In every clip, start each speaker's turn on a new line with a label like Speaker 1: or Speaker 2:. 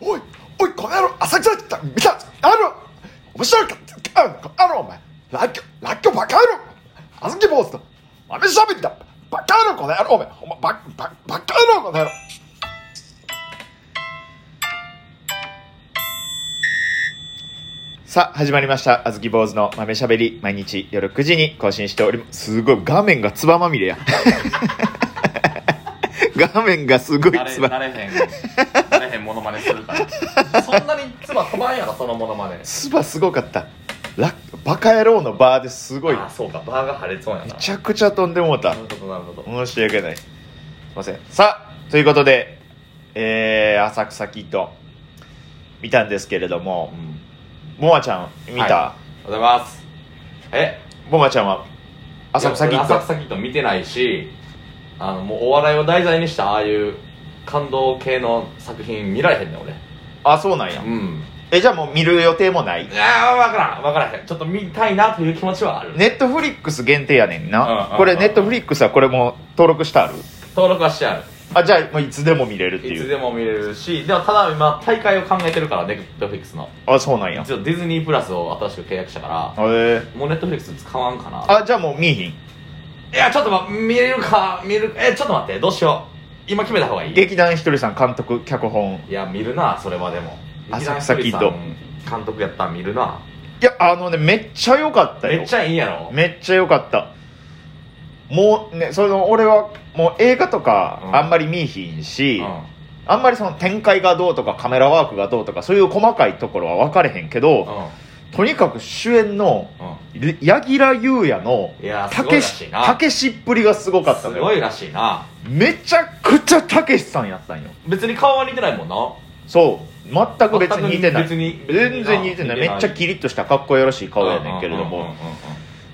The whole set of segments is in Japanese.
Speaker 1: おいおいこの野郎浅草行った見たあの面白いかあのこの野郎お前ラッキョラッキョバカ野郎あずき坊主だ豆しゃべりだバカ野郎この野郎お前お前バババカ野郎この野郎さあ、始まりました。あずき坊主の豆しゃべり、毎日夜9時に更新しております。すごい、画面がつばまみれ や。画面がすごい
Speaker 2: なれ
Speaker 1: つ
Speaker 2: な
Speaker 1: ば、
Speaker 2: れへんなれへんモノマネするからそんなに妻飛ばんやろそのモノマネす
Speaker 1: つばすごかった。ラバカ野郎のバーですごい。
Speaker 2: あ
Speaker 1: め
Speaker 2: そうかバーが破裂音やな
Speaker 1: ちゃくちゃ飛んでもうた
Speaker 2: なる。ほどなるほど
Speaker 1: 申し訳ない。すいません。さあ、ということで、えー、浅草キッド、見たんですけれども、もあちゃん、見た、
Speaker 2: はおはようございますえ
Speaker 1: もあちゃんは、浅草キ
Speaker 2: いや
Speaker 1: ッ
Speaker 2: 俺
Speaker 1: ド
Speaker 2: 浅。草キッド見てないしあのもうお笑いを題材にしたああいう感動系の作品見られへんねん俺
Speaker 1: あ、そうなんや
Speaker 2: う。ん
Speaker 1: え、じゃあもう見る予定もない
Speaker 2: いやー分からん分からへんちょっと見たいなという気持ちはある、
Speaker 1: ネットフリックス限定やねん
Speaker 2: うんうん
Speaker 1: な
Speaker 2: う。ん
Speaker 1: これネットフリックスはこれも登録してある
Speaker 2: 登録はしてある
Speaker 1: あ、じゃあもういつでも見れるって
Speaker 2: い
Speaker 1: い
Speaker 2: つ
Speaker 1: う。
Speaker 2: でも見れるしでもただ今大会を考えてるからネットフリックスの
Speaker 1: あ、そうなんや。へ
Speaker 2: 一応ディズニープラスを新しく契約したから
Speaker 1: え。
Speaker 2: もうネットフリックス使わんかな
Speaker 1: あ、じゃあもう見えひん。
Speaker 2: いやちょっとま見れるか見れるえちょっと待ってどうしよう今決めた方がいい
Speaker 1: 劇団ひとりさん監督、脚本。
Speaker 2: いや見るなそれはでも
Speaker 1: 浅草キッド
Speaker 2: 監督やったら見るない
Speaker 1: や、あのね、めっちゃ良かったよ。
Speaker 2: めっちゃいいやろ
Speaker 1: めっちゃ良かったもうねその俺はもう映画とか
Speaker 2: うん
Speaker 1: あんまり見えひんし、
Speaker 2: うん
Speaker 1: あんまりその展開がどうとかカメラワークがどうとかそういう細かいところは分かれへんけど、
Speaker 2: う
Speaker 1: とにかく主演の
Speaker 2: ん
Speaker 1: 柳楽優弥の
Speaker 2: うんいやす
Speaker 1: た
Speaker 2: ごい
Speaker 1: け
Speaker 2: ら
Speaker 1: し
Speaker 2: しいな
Speaker 1: たけしっぷりがすごかった
Speaker 2: す
Speaker 1: の
Speaker 2: ご
Speaker 1: よ
Speaker 2: いらしいな
Speaker 1: めちゃくちゃたけしさんやったんよ
Speaker 2: 別に顔は似てないもんな
Speaker 1: そう全く別に似てない
Speaker 2: 全く別に
Speaker 1: 全然似てないめっちゃキリッとしたかっこよろしい顔やねんけれども、
Speaker 2: うんうんうんうんうん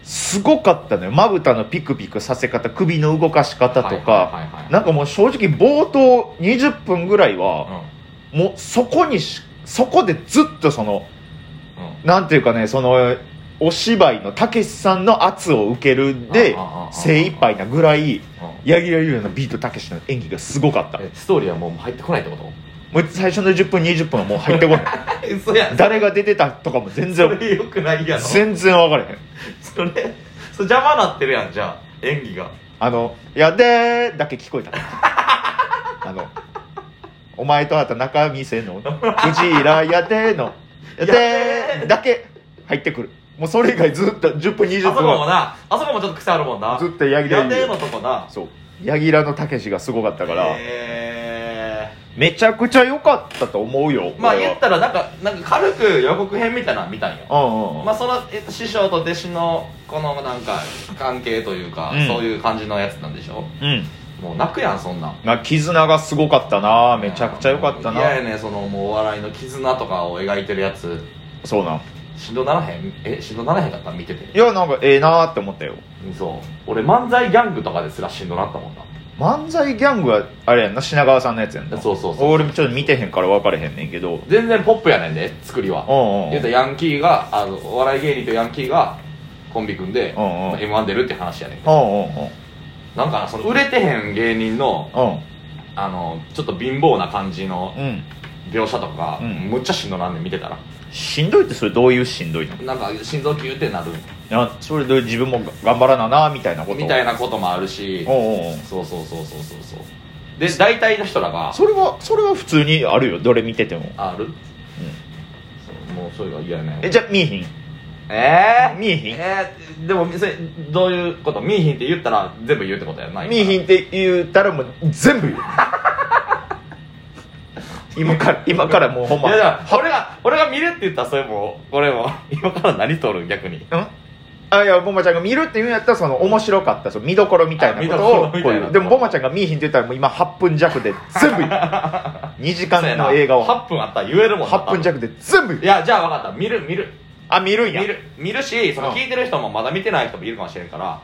Speaker 1: すごかったのよまぶたのピクピクさせ方首の動かし方とか、
Speaker 2: はいはいはいはい
Speaker 1: なんかもう正直冒頭20分ぐらいは、もうそこにしそこでずっとその
Speaker 2: うんうん
Speaker 1: なんていうかねそのお芝居のたけしさんの圧を受けるで
Speaker 2: ああああ
Speaker 1: 精一杯なぐらい
Speaker 2: うん
Speaker 1: 柳楽優弥のビートたけしの演技がすごかったも
Speaker 2: えストーリーはもう入ってこないってこと
Speaker 1: う最初の10分20分はもう入ってこない
Speaker 2: 嘘やん
Speaker 1: 誰が出てたとかも全
Speaker 2: そ
Speaker 1: 然
Speaker 2: れよくないやろそれ
Speaker 1: 全然分からへん
Speaker 2: それ邪魔なってるやんじゃあ演技が
Speaker 1: あの「やでー」だけ聞 こえたあの「お前とあなた中見せ の藤らやでーの」「や
Speaker 2: や
Speaker 1: で
Speaker 2: で
Speaker 1: ー」だけ入ってくるもうそれ以外ずっと10分
Speaker 2: あ
Speaker 1: 20
Speaker 2: そこ
Speaker 1: 分
Speaker 2: も
Speaker 1: は
Speaker 2: なあそこもちょっと癖あるもんな
Speaker 1: ずっと柳楽
Speaker 2: 屋
Speaker 1: 優
Speaker 2: 根
Speaker 1: 弥
Speaker 2: のとこな
Speaker 1: そう柳楽のたけしがすごかったから、
Speaker 2: え
Speaker 1: めちゃくちゃ良かったと思うよ
Speaker 2: ーまあ
Speaker 1: 俺は
Speaker 2: 言ったらなんかなんか軽く予告編みたいなの見たんよ
Speaker 1: うんうんうん、
Speaker 2: まあその、えっと、師匠と弟子のこのなんか関係というか、
Speaker 1: うん
Speaker 2: そういう感じのやつなんでしょ
Speaker 1: うん
Speaker 2: もう泣くやんそんなん
Speaker 1: まあ絆がすごかったなめちゃくちゃ良かったな
Speaker 2: 嫌やねそのもうお笑いの絆とかを描いてるやつ
Speaker 1: そうなん
Speaker 2: しんどならへんえしんどならへんかった見てて
Speaker 1: いやなんかええなーって思ったよ
Speaker 2: そう俺漫才ギャングとかですらしんどなったもんな
Speaker 1: 漫才ギャングはあれやんな品川さんのやつやんな
Speaker 2: そうそうそう
Speaker 1: 俺もちょっと見てへんから分かれへんねんけど
Speaker 2: 全然ポップやねんで作りは
Speaker 1: うんうん
Speaker 2: 言うたらヤンキーがあのお笑い芸人とヤンキーがコンビ組んで
Speaker 1: うんうん
Speaker 2: m 1出るって話やねん
Speaker 1: うんうんうん
Speaker 2: なんかなその売れてへん芸人の
Speaker 1: うん
Speaker 2: あのちょっと貧乏な感じの
Speaker 1: うん
Speaker 2: 描写とかが、
Speaker 1: うん
Speaker 2: むっちゃしんどなんねん見てたら
Speaker 1: しんどいってそれどういうしんどいの
Speaker 2: なんか心臓キューってなる
Speaker 1: あそれで自分も頑張らななみたいなこと
Speaker 2: みたい
Speaker 1: な
Speaker 2: なこともあるし
Speaker 1: うんうんうん
Speaker 2: そうそうそうそうそうそうで大体の人らが
Speaker 1: それはそれは普通にあるよどれ見てても
Speaker 2: ある、そうもうそれが嫌やね
Speaker 1: えじゃあ見えひん
Speaker 2: えー、
Speaker 1: 見えひん
Speaker 2: えー、でもそれどういうこと見えひんって言ったら全部言うってことやんな
Speaker 1: 見えひ
Speaker 2: ん
Speaker 1: んって言ったらもう全部言う今から今からもうほん
Speaker 2: い
Speaker 1: ま
Speaker 2: やだから俺が俺が見るって言ったらそれもう俺も 今から何撮る逆に
Speaker 1: うんあいやボマちゃんが見るって言うんやったらその面白かったその見どころみたいなことを
Speaker 2: あ
Speaker 1: こう
Speaker 2: 見どころみたいな
Speaker 1: いうでもボマちゃんが見えひんって言ったらもう今8分弱で全 部言う2時
Speaker 2: そうや
Speaker 1: 間
Speaker 2: な
Speaker 1: の映画を
Speaker 2: 8分あったら言えるもんな
Speaker 1: 8分弱で全部言う
Speaker 2: いやじゃあ分かった見る見る
Speaker 1: あ見るんや
Speaker 2: 見る見るしそ
Speaker 1: うん
Speaker 2: の聞いてる人もまだ見てない人もいるかもしれんから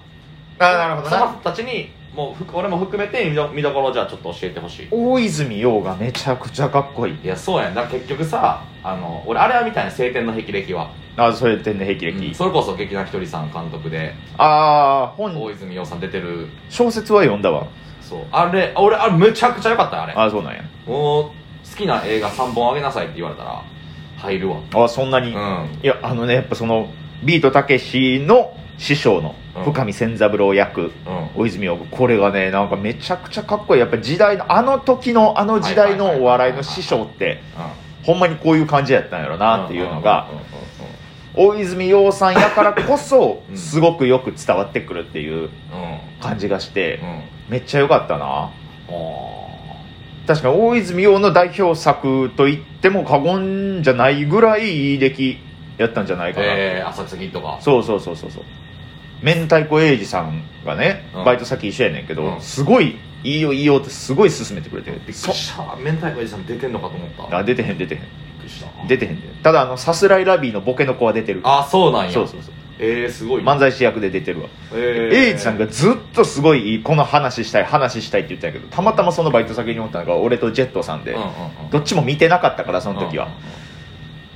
Speaker 1: あなるほど
Speaker 2: その
Speaker 1: な
Speaker 2: 人たちにもうふく俺も含めて見ど見どころをじゃあちょっと教えてほしい
Speaker 1: 大泉洋がめちゃくちゃかっこいい
Speaker 2: いやそうやんだから結局さあの俺あれはみたいな晴天の霹靂は、
Speaker 1: あそれ天然霹
Speaker 2: うん
Speaker 1: 靂、
Speaker 2: それこそ劇団ひとりさん監督で
Speaker 1: ああ本
Speaker 2: 大泉洋さん出てる
Speaker 1: 小説は読んだわ
Speaker 2: そうあれ俺あれめちゃくちゃ良かったよあれ
Speaker 1: あそうなんや
Speaker 2: もう好きな映画3本あげなさいって言われたら入るわ
Speaker 1: あそんなに、
Speaker 2: うん
Speaker 1: いやあのねやっぱそのビートたけしの師匠の
Speaker 2: うん
Speaker 1: 深見千三郎役、
Speaker 2: う
Speaker 1: 大泉洋君これがねなんかめちゃくちゃかっこいいやっぱ時代のあの時のあの時代
Speaker 2: はいはいはいはい
Speaker 1: のお笑いの師匠ってほんまにこういう感じやったんやろなっていうのが
Speaker 2: んうんうんうん
Speaker 1: 大泉洋さんやからこそ
Speaker 2: うん
Speaker 1: すごくよく伝わってくるっていう感じがして
Speaker 2: うんうんうん
Speaker 1: めっちゃ良かったな
Speaker 2: あ
Speaker 1: 確かに大泉洋の代表作と言っても過言じゃないぐらいいい出来やったんじゃない
Speaker 2: ー
Speaker 1: かな、
Speaker 2: えー、浅草キッドか
Speaker 1: そうそうそうそうそう明太子英二さんがね、
Speaker 2: うん
Speaker 1: バイト先一緒やねんけど、
Speaker 2: うん
Speaker 1: すごいいいよいいよってすごい勧めてくれて
Speaker 2: びっくり
Speaker 1: そ
Speaker 2: した明太子おじさん出てんのかと思った
Speaker 1: あ出てへん出てへん
Speaker 2: びっくりした
Speaker 1: 出てへんでただあのさすらいラビーのボケの子は出てる
Speaker 2: あそうなんや
Speaker 1: そうそうそう
Speaker 2: えー、すごい
Speaker 1: 漫才師役で出てるわ
Speaker 2: えー
Speaker 1: 英二、さんがずっとすごいいいこの話したい話したいって言ったんやけどたまたまそのバイト先におったのが俺とジェットさんで、
Speaker 2: うんうんうん
Speaker 1: どっちも見てなかったからその時は、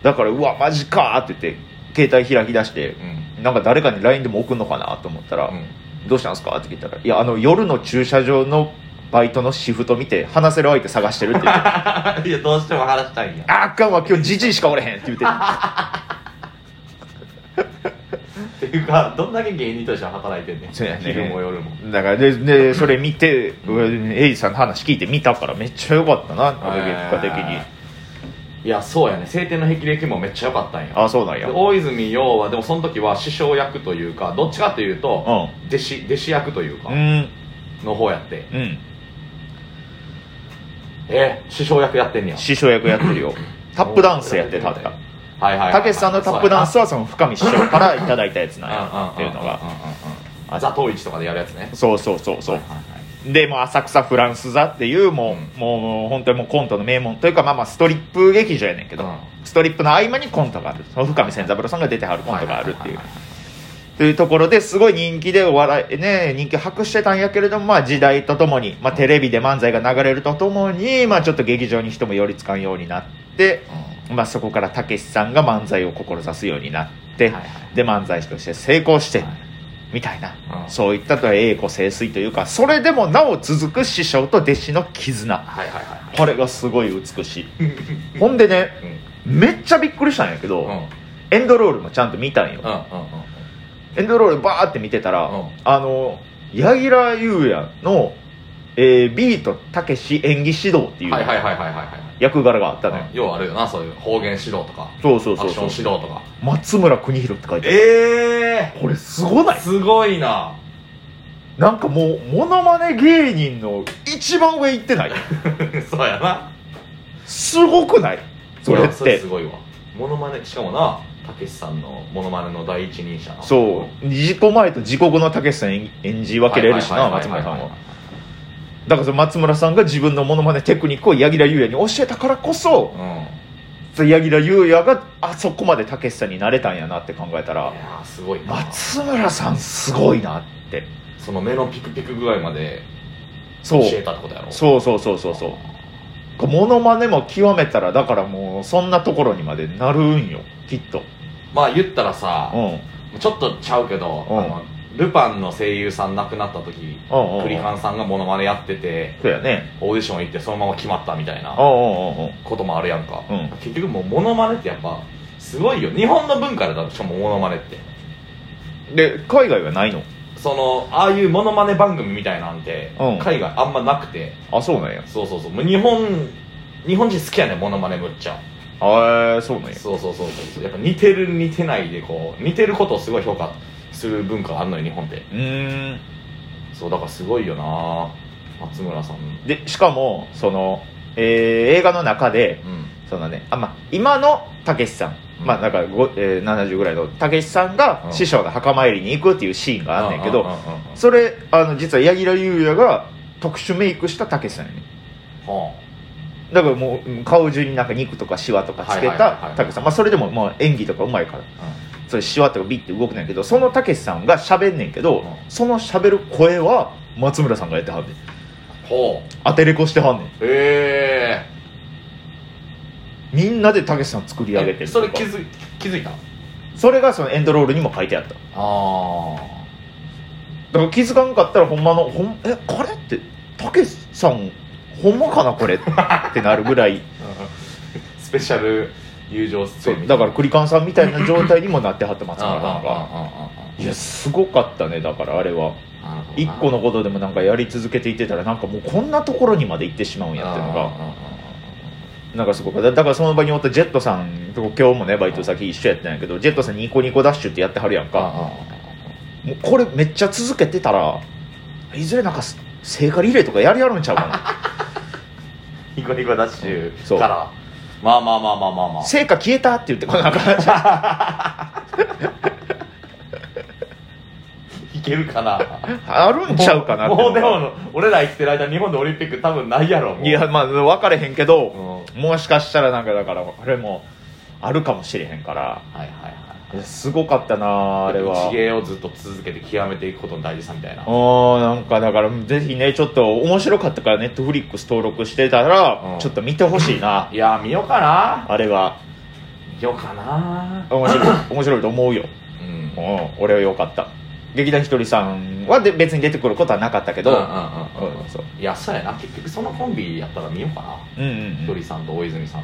Speaker 1: だからうわマジかーって言って携帯開き出して
Speaker 2: う、ん
Speaker 1: なんか誰かに LINE でも送るのかなと思ったら、
Speaker 2: うん
Speaker 1: どうしたんですかって聞いたら「いやあの夜の駐車場のバイトのシフト見て話せる相手探してる」って言 って「
Speaker 2: いやどうしても話したいんや
Speaker 1: ああかんわ今日じじいしかおれへん」って言って
Speaker 2: っていうかどんだけ芸人としては働いてんねん
Speaker 1: そうやね
Speaker 2: 昼も夜も
Speaker 1: だからででそれ見てエイジさんの話聞いて見たからめっちゃ良かったなあの結果的に
Speaker 2: いやそうやね晴天の霹靂もめっちゃ良かったんや
Speaker 1: あそうなん
Speaker 2: で
Speaker 1: や
Speaker 2: 大泉洋はでもその時は師匠役というかどっちかというと
Speaker 1: う
Speaker 2: 弟子弟子役というか
Speaker 1: んうん
Speaker 2: の方やって
Speaker 1: うん
Speaker 2: え師匠役やってんねや
Speaker 1: 師匠役やってるよタップダンスやってたった
Speaker 2: はいはいはい
Speaker 1: たけしさんのタップダンス
Speaker 2: は
Speaker 1: はその深見師匠からいただいたやつなん
Speaker 2: うんうん
Speaker 1: やっていうのが
Speaker 2: うんうんうんザ・トウイチとかでやるやつね
Speaker 1: そうそうそうそう
Speaker 2: はいはいはい
Speaker 1: でもう浅草フランス座っていうもう,、
Speaker 2: うん
Speaker 1: もうもう本当にもうコントの名門というかまあまあストリップ劇場やねんけど、
Speaker 2: うん
Speaker 1: ストリップの合間にコントがあるその深見千三郎さんが出てはるコントがあるっていう、というところですごい人気でお笑いね人気博してたんやけれども、まあ、時代とともに、まあ、テレビで漫才が流れるとともに、まあ、ちょっと劇場に人も寄りつかんようになって、まあ、そこからたけしさんが漫才を志すようになって、
Speaker 2: はいはい
Speaker 1: で漫才師として成功して、
Speaker 2: はい
Speaker 1: みたいな、
Speaker 2: うん
Speaker 1: そういったと栄枯盛衰というかそれでもなお続く師匠と弟子の絆
Speaker 2: はいはいはい
Speaker 1: これがすごい美し いほんでね
Speaker 2: うん
Speaker 1: めっちゃびっくりしたんやけど、
Speaker 2: うんうん
Speaker 1: エンドロールもちゃんと見たんよ、
Speaker 2: うん
Speaker 1: エンドロールバーって見てたら、
Speaker 2: うん
Speaker 1: あの柳楽優弥の、えービートたけし演技指導って
Speaker 2: う
Speaker 1: い
Speaker 2: んはいはいうはいはいはいはい
Speaker 1: 役柄があったのよ、
Speaker 2: うん要はあるよなそういう方言指導とか
Speaker 1: そうそう
Speaker 2: ア
Speaker 1: そ
Speaker 2: ク
Speaker 1: う
Speaker 2: ション
Speaker 1: そう
Speaker 2: 指導とか
Speaker 1: 松村邦弘って書いてある
Speaker 2: ええ
Speaker 1: これすごない
Speaker 2: すごいな
Speaker 1: なんかもうモノマネ芸人の一番上行ってない
Speaker 2: そうやな
Speaker 1: すごくないそれ
Speaker 2: い
Speaker 1: っ
Speaker 2: やそれ
Speaker 1: て
Speaker 2: すごいわモノマネしかもなたけしさんのモノマネの第一人者な
Speaker 1: そう自己前と自己後のたけしさん演演じ分けれるしな
Speaker 2: はいは
Speaker 1: 松
Speaker 2: いはい
Speaker 1: 村さ
Speaker 2: はい
Speaker 1: んはだからその松村さんが自分のモノマネテクニックを柳楽優弥に教えたからこそ
Speaker 2: うん
Speaker 1: 柳楽優弥があそこまでたけしさんになれたんやなって考えたら
Speaker 2: いやーすごいな
Speaker 1: 松村さんすごいなって
Speaker 2: その目のピクピク具合まで
Speaker 1: そ
Speaker 2: 教
Speaker 1: う
Speaker 2: えたってことやろ
Speaker 1: そうそうそうそうそうモノマネも極めたらだからもうそんなところにまでなるんよきっと
Speaker 2: まあ言ったらさ
Speaker 1: うんうん
Speaker 2: ちょっとちゃうけどあ
Speaker 1: うん
Speaker 2: のルパンの声優さん亡くなった時
Speaker 1: うんうん
Speaker 2: 栗ンさんがモノマネやってて
Speaker 1: そうやね
Speaker 2: オーディション行ってそのまま決まったみたいな
Speaker 1: うんうんうんうん
Speaker 2: こともあるやんか、
Speaker 1: うん
Speaker 2: 結局もうモノマネってやっぱすごいよ日本の文化でだしかもモノマネって
Speaker 1: で海外はないの
Speaker 2: そのああいうモノマネ番組みたいなんて、
Speaker 1: うん
Speaker 2: 海外あんまなくて
Speaker 1: あそうなんや
Speaker 2: そうそうそうもう日本日本人好きやねモノマネむっちゃ
Speaker 1: あーそうなんや
Speaker 2: そうそうそうそうやっぱ似てる似てないでこう似てることをすごい評価する文化があるのよ日本って
Speaker 1: うーん
Speaker 2: そうだからすごいよな松村さん
Speaker 1: でしかもその、えー映画の中で
Speaker 2: うん
Speaker 1: そのねあ、まあ、今のたけしさん、
Speaker 2: うん
Speaker 1: まあだから、ごえー70ぐらいのたけしさん
Speaker 2: う
Speaker 1: が
Speaker 2: ん
Speaker 1: 師匠の墓参りに行くっていうシーンがあんねんけど、
Speaker 2: うううんうん
Speaker 1: それあの実は柳楽優弥が特殊メイクしたたけしさんやね
Speaker 2: は
Speaker 1: だからもううん顔中になんか肉とかシワとかつけ
Speaker 2: はいはいはい
Speaker 1: た
Speaker 2: はい
Speaker 1: たけしさんまあそれでもまあ演技とかうまいから
Speaker 2: あうん
Speaker 1: それシワとかビって動くねんけどそのたけしさんが喋んねんけど、
Speaker 2: うん
Speaker 1: その喋る声は松村さんがやってはんねん
Speaker 2: ほ
Speaker 1: アテレコしてはんねん
Speaker 2: うへー
Speaker 1: みんなでたけしさん作り上げて
Speaker 2: え
Speaker 1: る
Speaker 2: それ
Speaker 1: とか
Speaker 2: 気づい気づいた
Speaker 1: それがそのエンドロールにも書いてあっただ
Speaker 2: あ
Speaker 1: から気づかんかったらほんまのほんえこれってたけしさんほんまかなこれってなるぐらい
Speaker 2: あ、うんペシャル友情出
Speaker 1: そ
Speaker 2: 演み
Speaker 1: う
Speaker 2: たい
Speaker 1: だか
Speaker 2: な
Speaker 1: ら栗ンさんみたいな状態にもなってはってますか
Speaker 2: あ
Speaker 1: ら
Speaker 2: あ
Speaker 1: なんか
Speaker 2: ああああ
Speaker 1: いやすごかったねだからあれは
Speaker 2: ああなるほどな
Speaker 1: 一個のことでもなんかやり続けていってたらなんかもうこんなところにまで行ってしまうんやっていうの
Speaker 2: ああ
Speaker 1: が
Speaker 2: あ
Speaker 1: なんかすごくだだからその場におったジェットさんと今日もねバイト先一緒やったんやけどジェットさんニコニコダッシュってやってはるやん
Speaker 2: ああああ
Speaker 1: かもうこれめっちゃ続けてたらいずれなんかす聖火リレーとかやりやるんちゃうか な
Speaker 2: ニコニコダッシ
Speaker 1: そう
Speaker 2: ュからまあまあまあまあまあまあ
Speaker 1: 聖火消えたって言ってこんな感じ
Speaker 2: いけるかな
Speaker 1: あるんちゃうかなって
Speaker 2: もうでも俺ら生きてる間日本でオリンピック多分ないやろもう
Speaker 1: いやまあ分かれへんけど、
Speaker 2: う
Speaker 1: もしかしたらなんかだからあれもあるかもしれへんから
Speaker 2: はいはいはい
Speaker 1: いやすごかったなあれは
Speaker 2: 一芸をずっと続けて極めていくことの大事さみたいな
Speaker 1: あーなんかだからぜひねちょっと面白かったからネットフリックス登録してたら、
Speaker 2: うん
Speaker 1: ちょっと見てほしいない
Speaker 2: や見ようかな
Speaker 1: あれは
Speaker 2: 見ようかな
Speaker 1: 面 白い面白いと思うよ、
Speaker 2: うん
Speaker 1: うん、俺はよかった劇団ひとりさんはで別に出てくることはなかったけど、
Speaker 2: うん
Speaker 1: うん
Speaker 2: うんうんうん
Speaker 1: そう
Speaker 2: いやそうやな結局そのコンビやったら見ようかな
Speaker 1: うんうん
Speaker 2: ひ
Speaker 1: う
Speaker 2: と
Speaker 1: ん
Speaker 2: りさんと大泉さん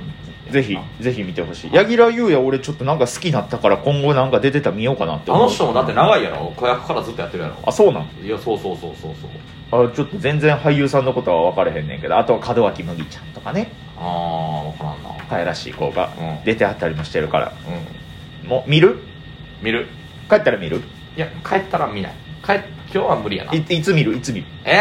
Speaker 1: ぜひぜひ見てほしい柳楽優弥俺ちょっとなんか好きになったから今後なんか出てたら見ようかなって
Speaker 2: あ
Speaker 1: 思う
Speaker 2: の人もだって長いやろ子役からずっとやってるやろ
Speaker 1: あそうなん
Speaker 2: いやそうそうそうそうそう
Speaker 1: あちょっと全然俳優さんのことは分からへんねんけどあとは門脇麦ちゃんとかね
Speaker 2: ああ分からんな
Speaker 1: 可愛らしい子が
Speaker 2: うん
Speaker 1: 出てあったりもしてるから、
Speaker 2: うん
Speaker 1: もう見る
Speaker 2: 見る
Speaker 1: 帰ったら見る
Speaker 2: いや帰ったら見ない帰今日は無理やない
Speaker 1: いつ見るいつ見る
Speaker 2: え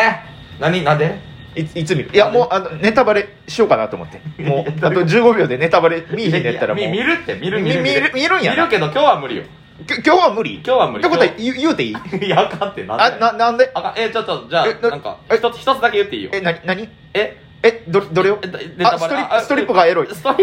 Speaker 2: ー、何なんで
Speaker 1: いついつ見るいやもうあのネタバレしようかなと思ってもうあと15秒でネタバレ見えへんやったらもう
Speaker 2: いやいや見見るって見る
Speaker 1: み見る見るんや
Speaker 2: 見
Speaker 1: な
Speaker 2: るけど今日は無理よ
Speaker 1: きょ今日は無理
Speaker 2: 今日は無理
Speaker 1: ってことは言う言うていい
Speaker 2: いやあかんってなん
Speaker 1: あ
Speaker 2: で
Speaker 1: ななんで
Speaker 2: あかんえちょっとじゃあ
Speaker 1: えな
Speaker 2: なんか
Speaker 1: え
Speaker 2: 一つ一つだけ言っていいよ
Speaker 1: えなになに
Speaker 2: え
Speaker 1: えどどれを
Speaker 2: えネタ
Speaker 1: あ
Speaker 2: バ
Speaker 1: スト
Speaker 2: レ
Speaker 1: リ
Speaker 2: あ
Speaker 1: ップストリップがエロい
Speaker 2: ストリップ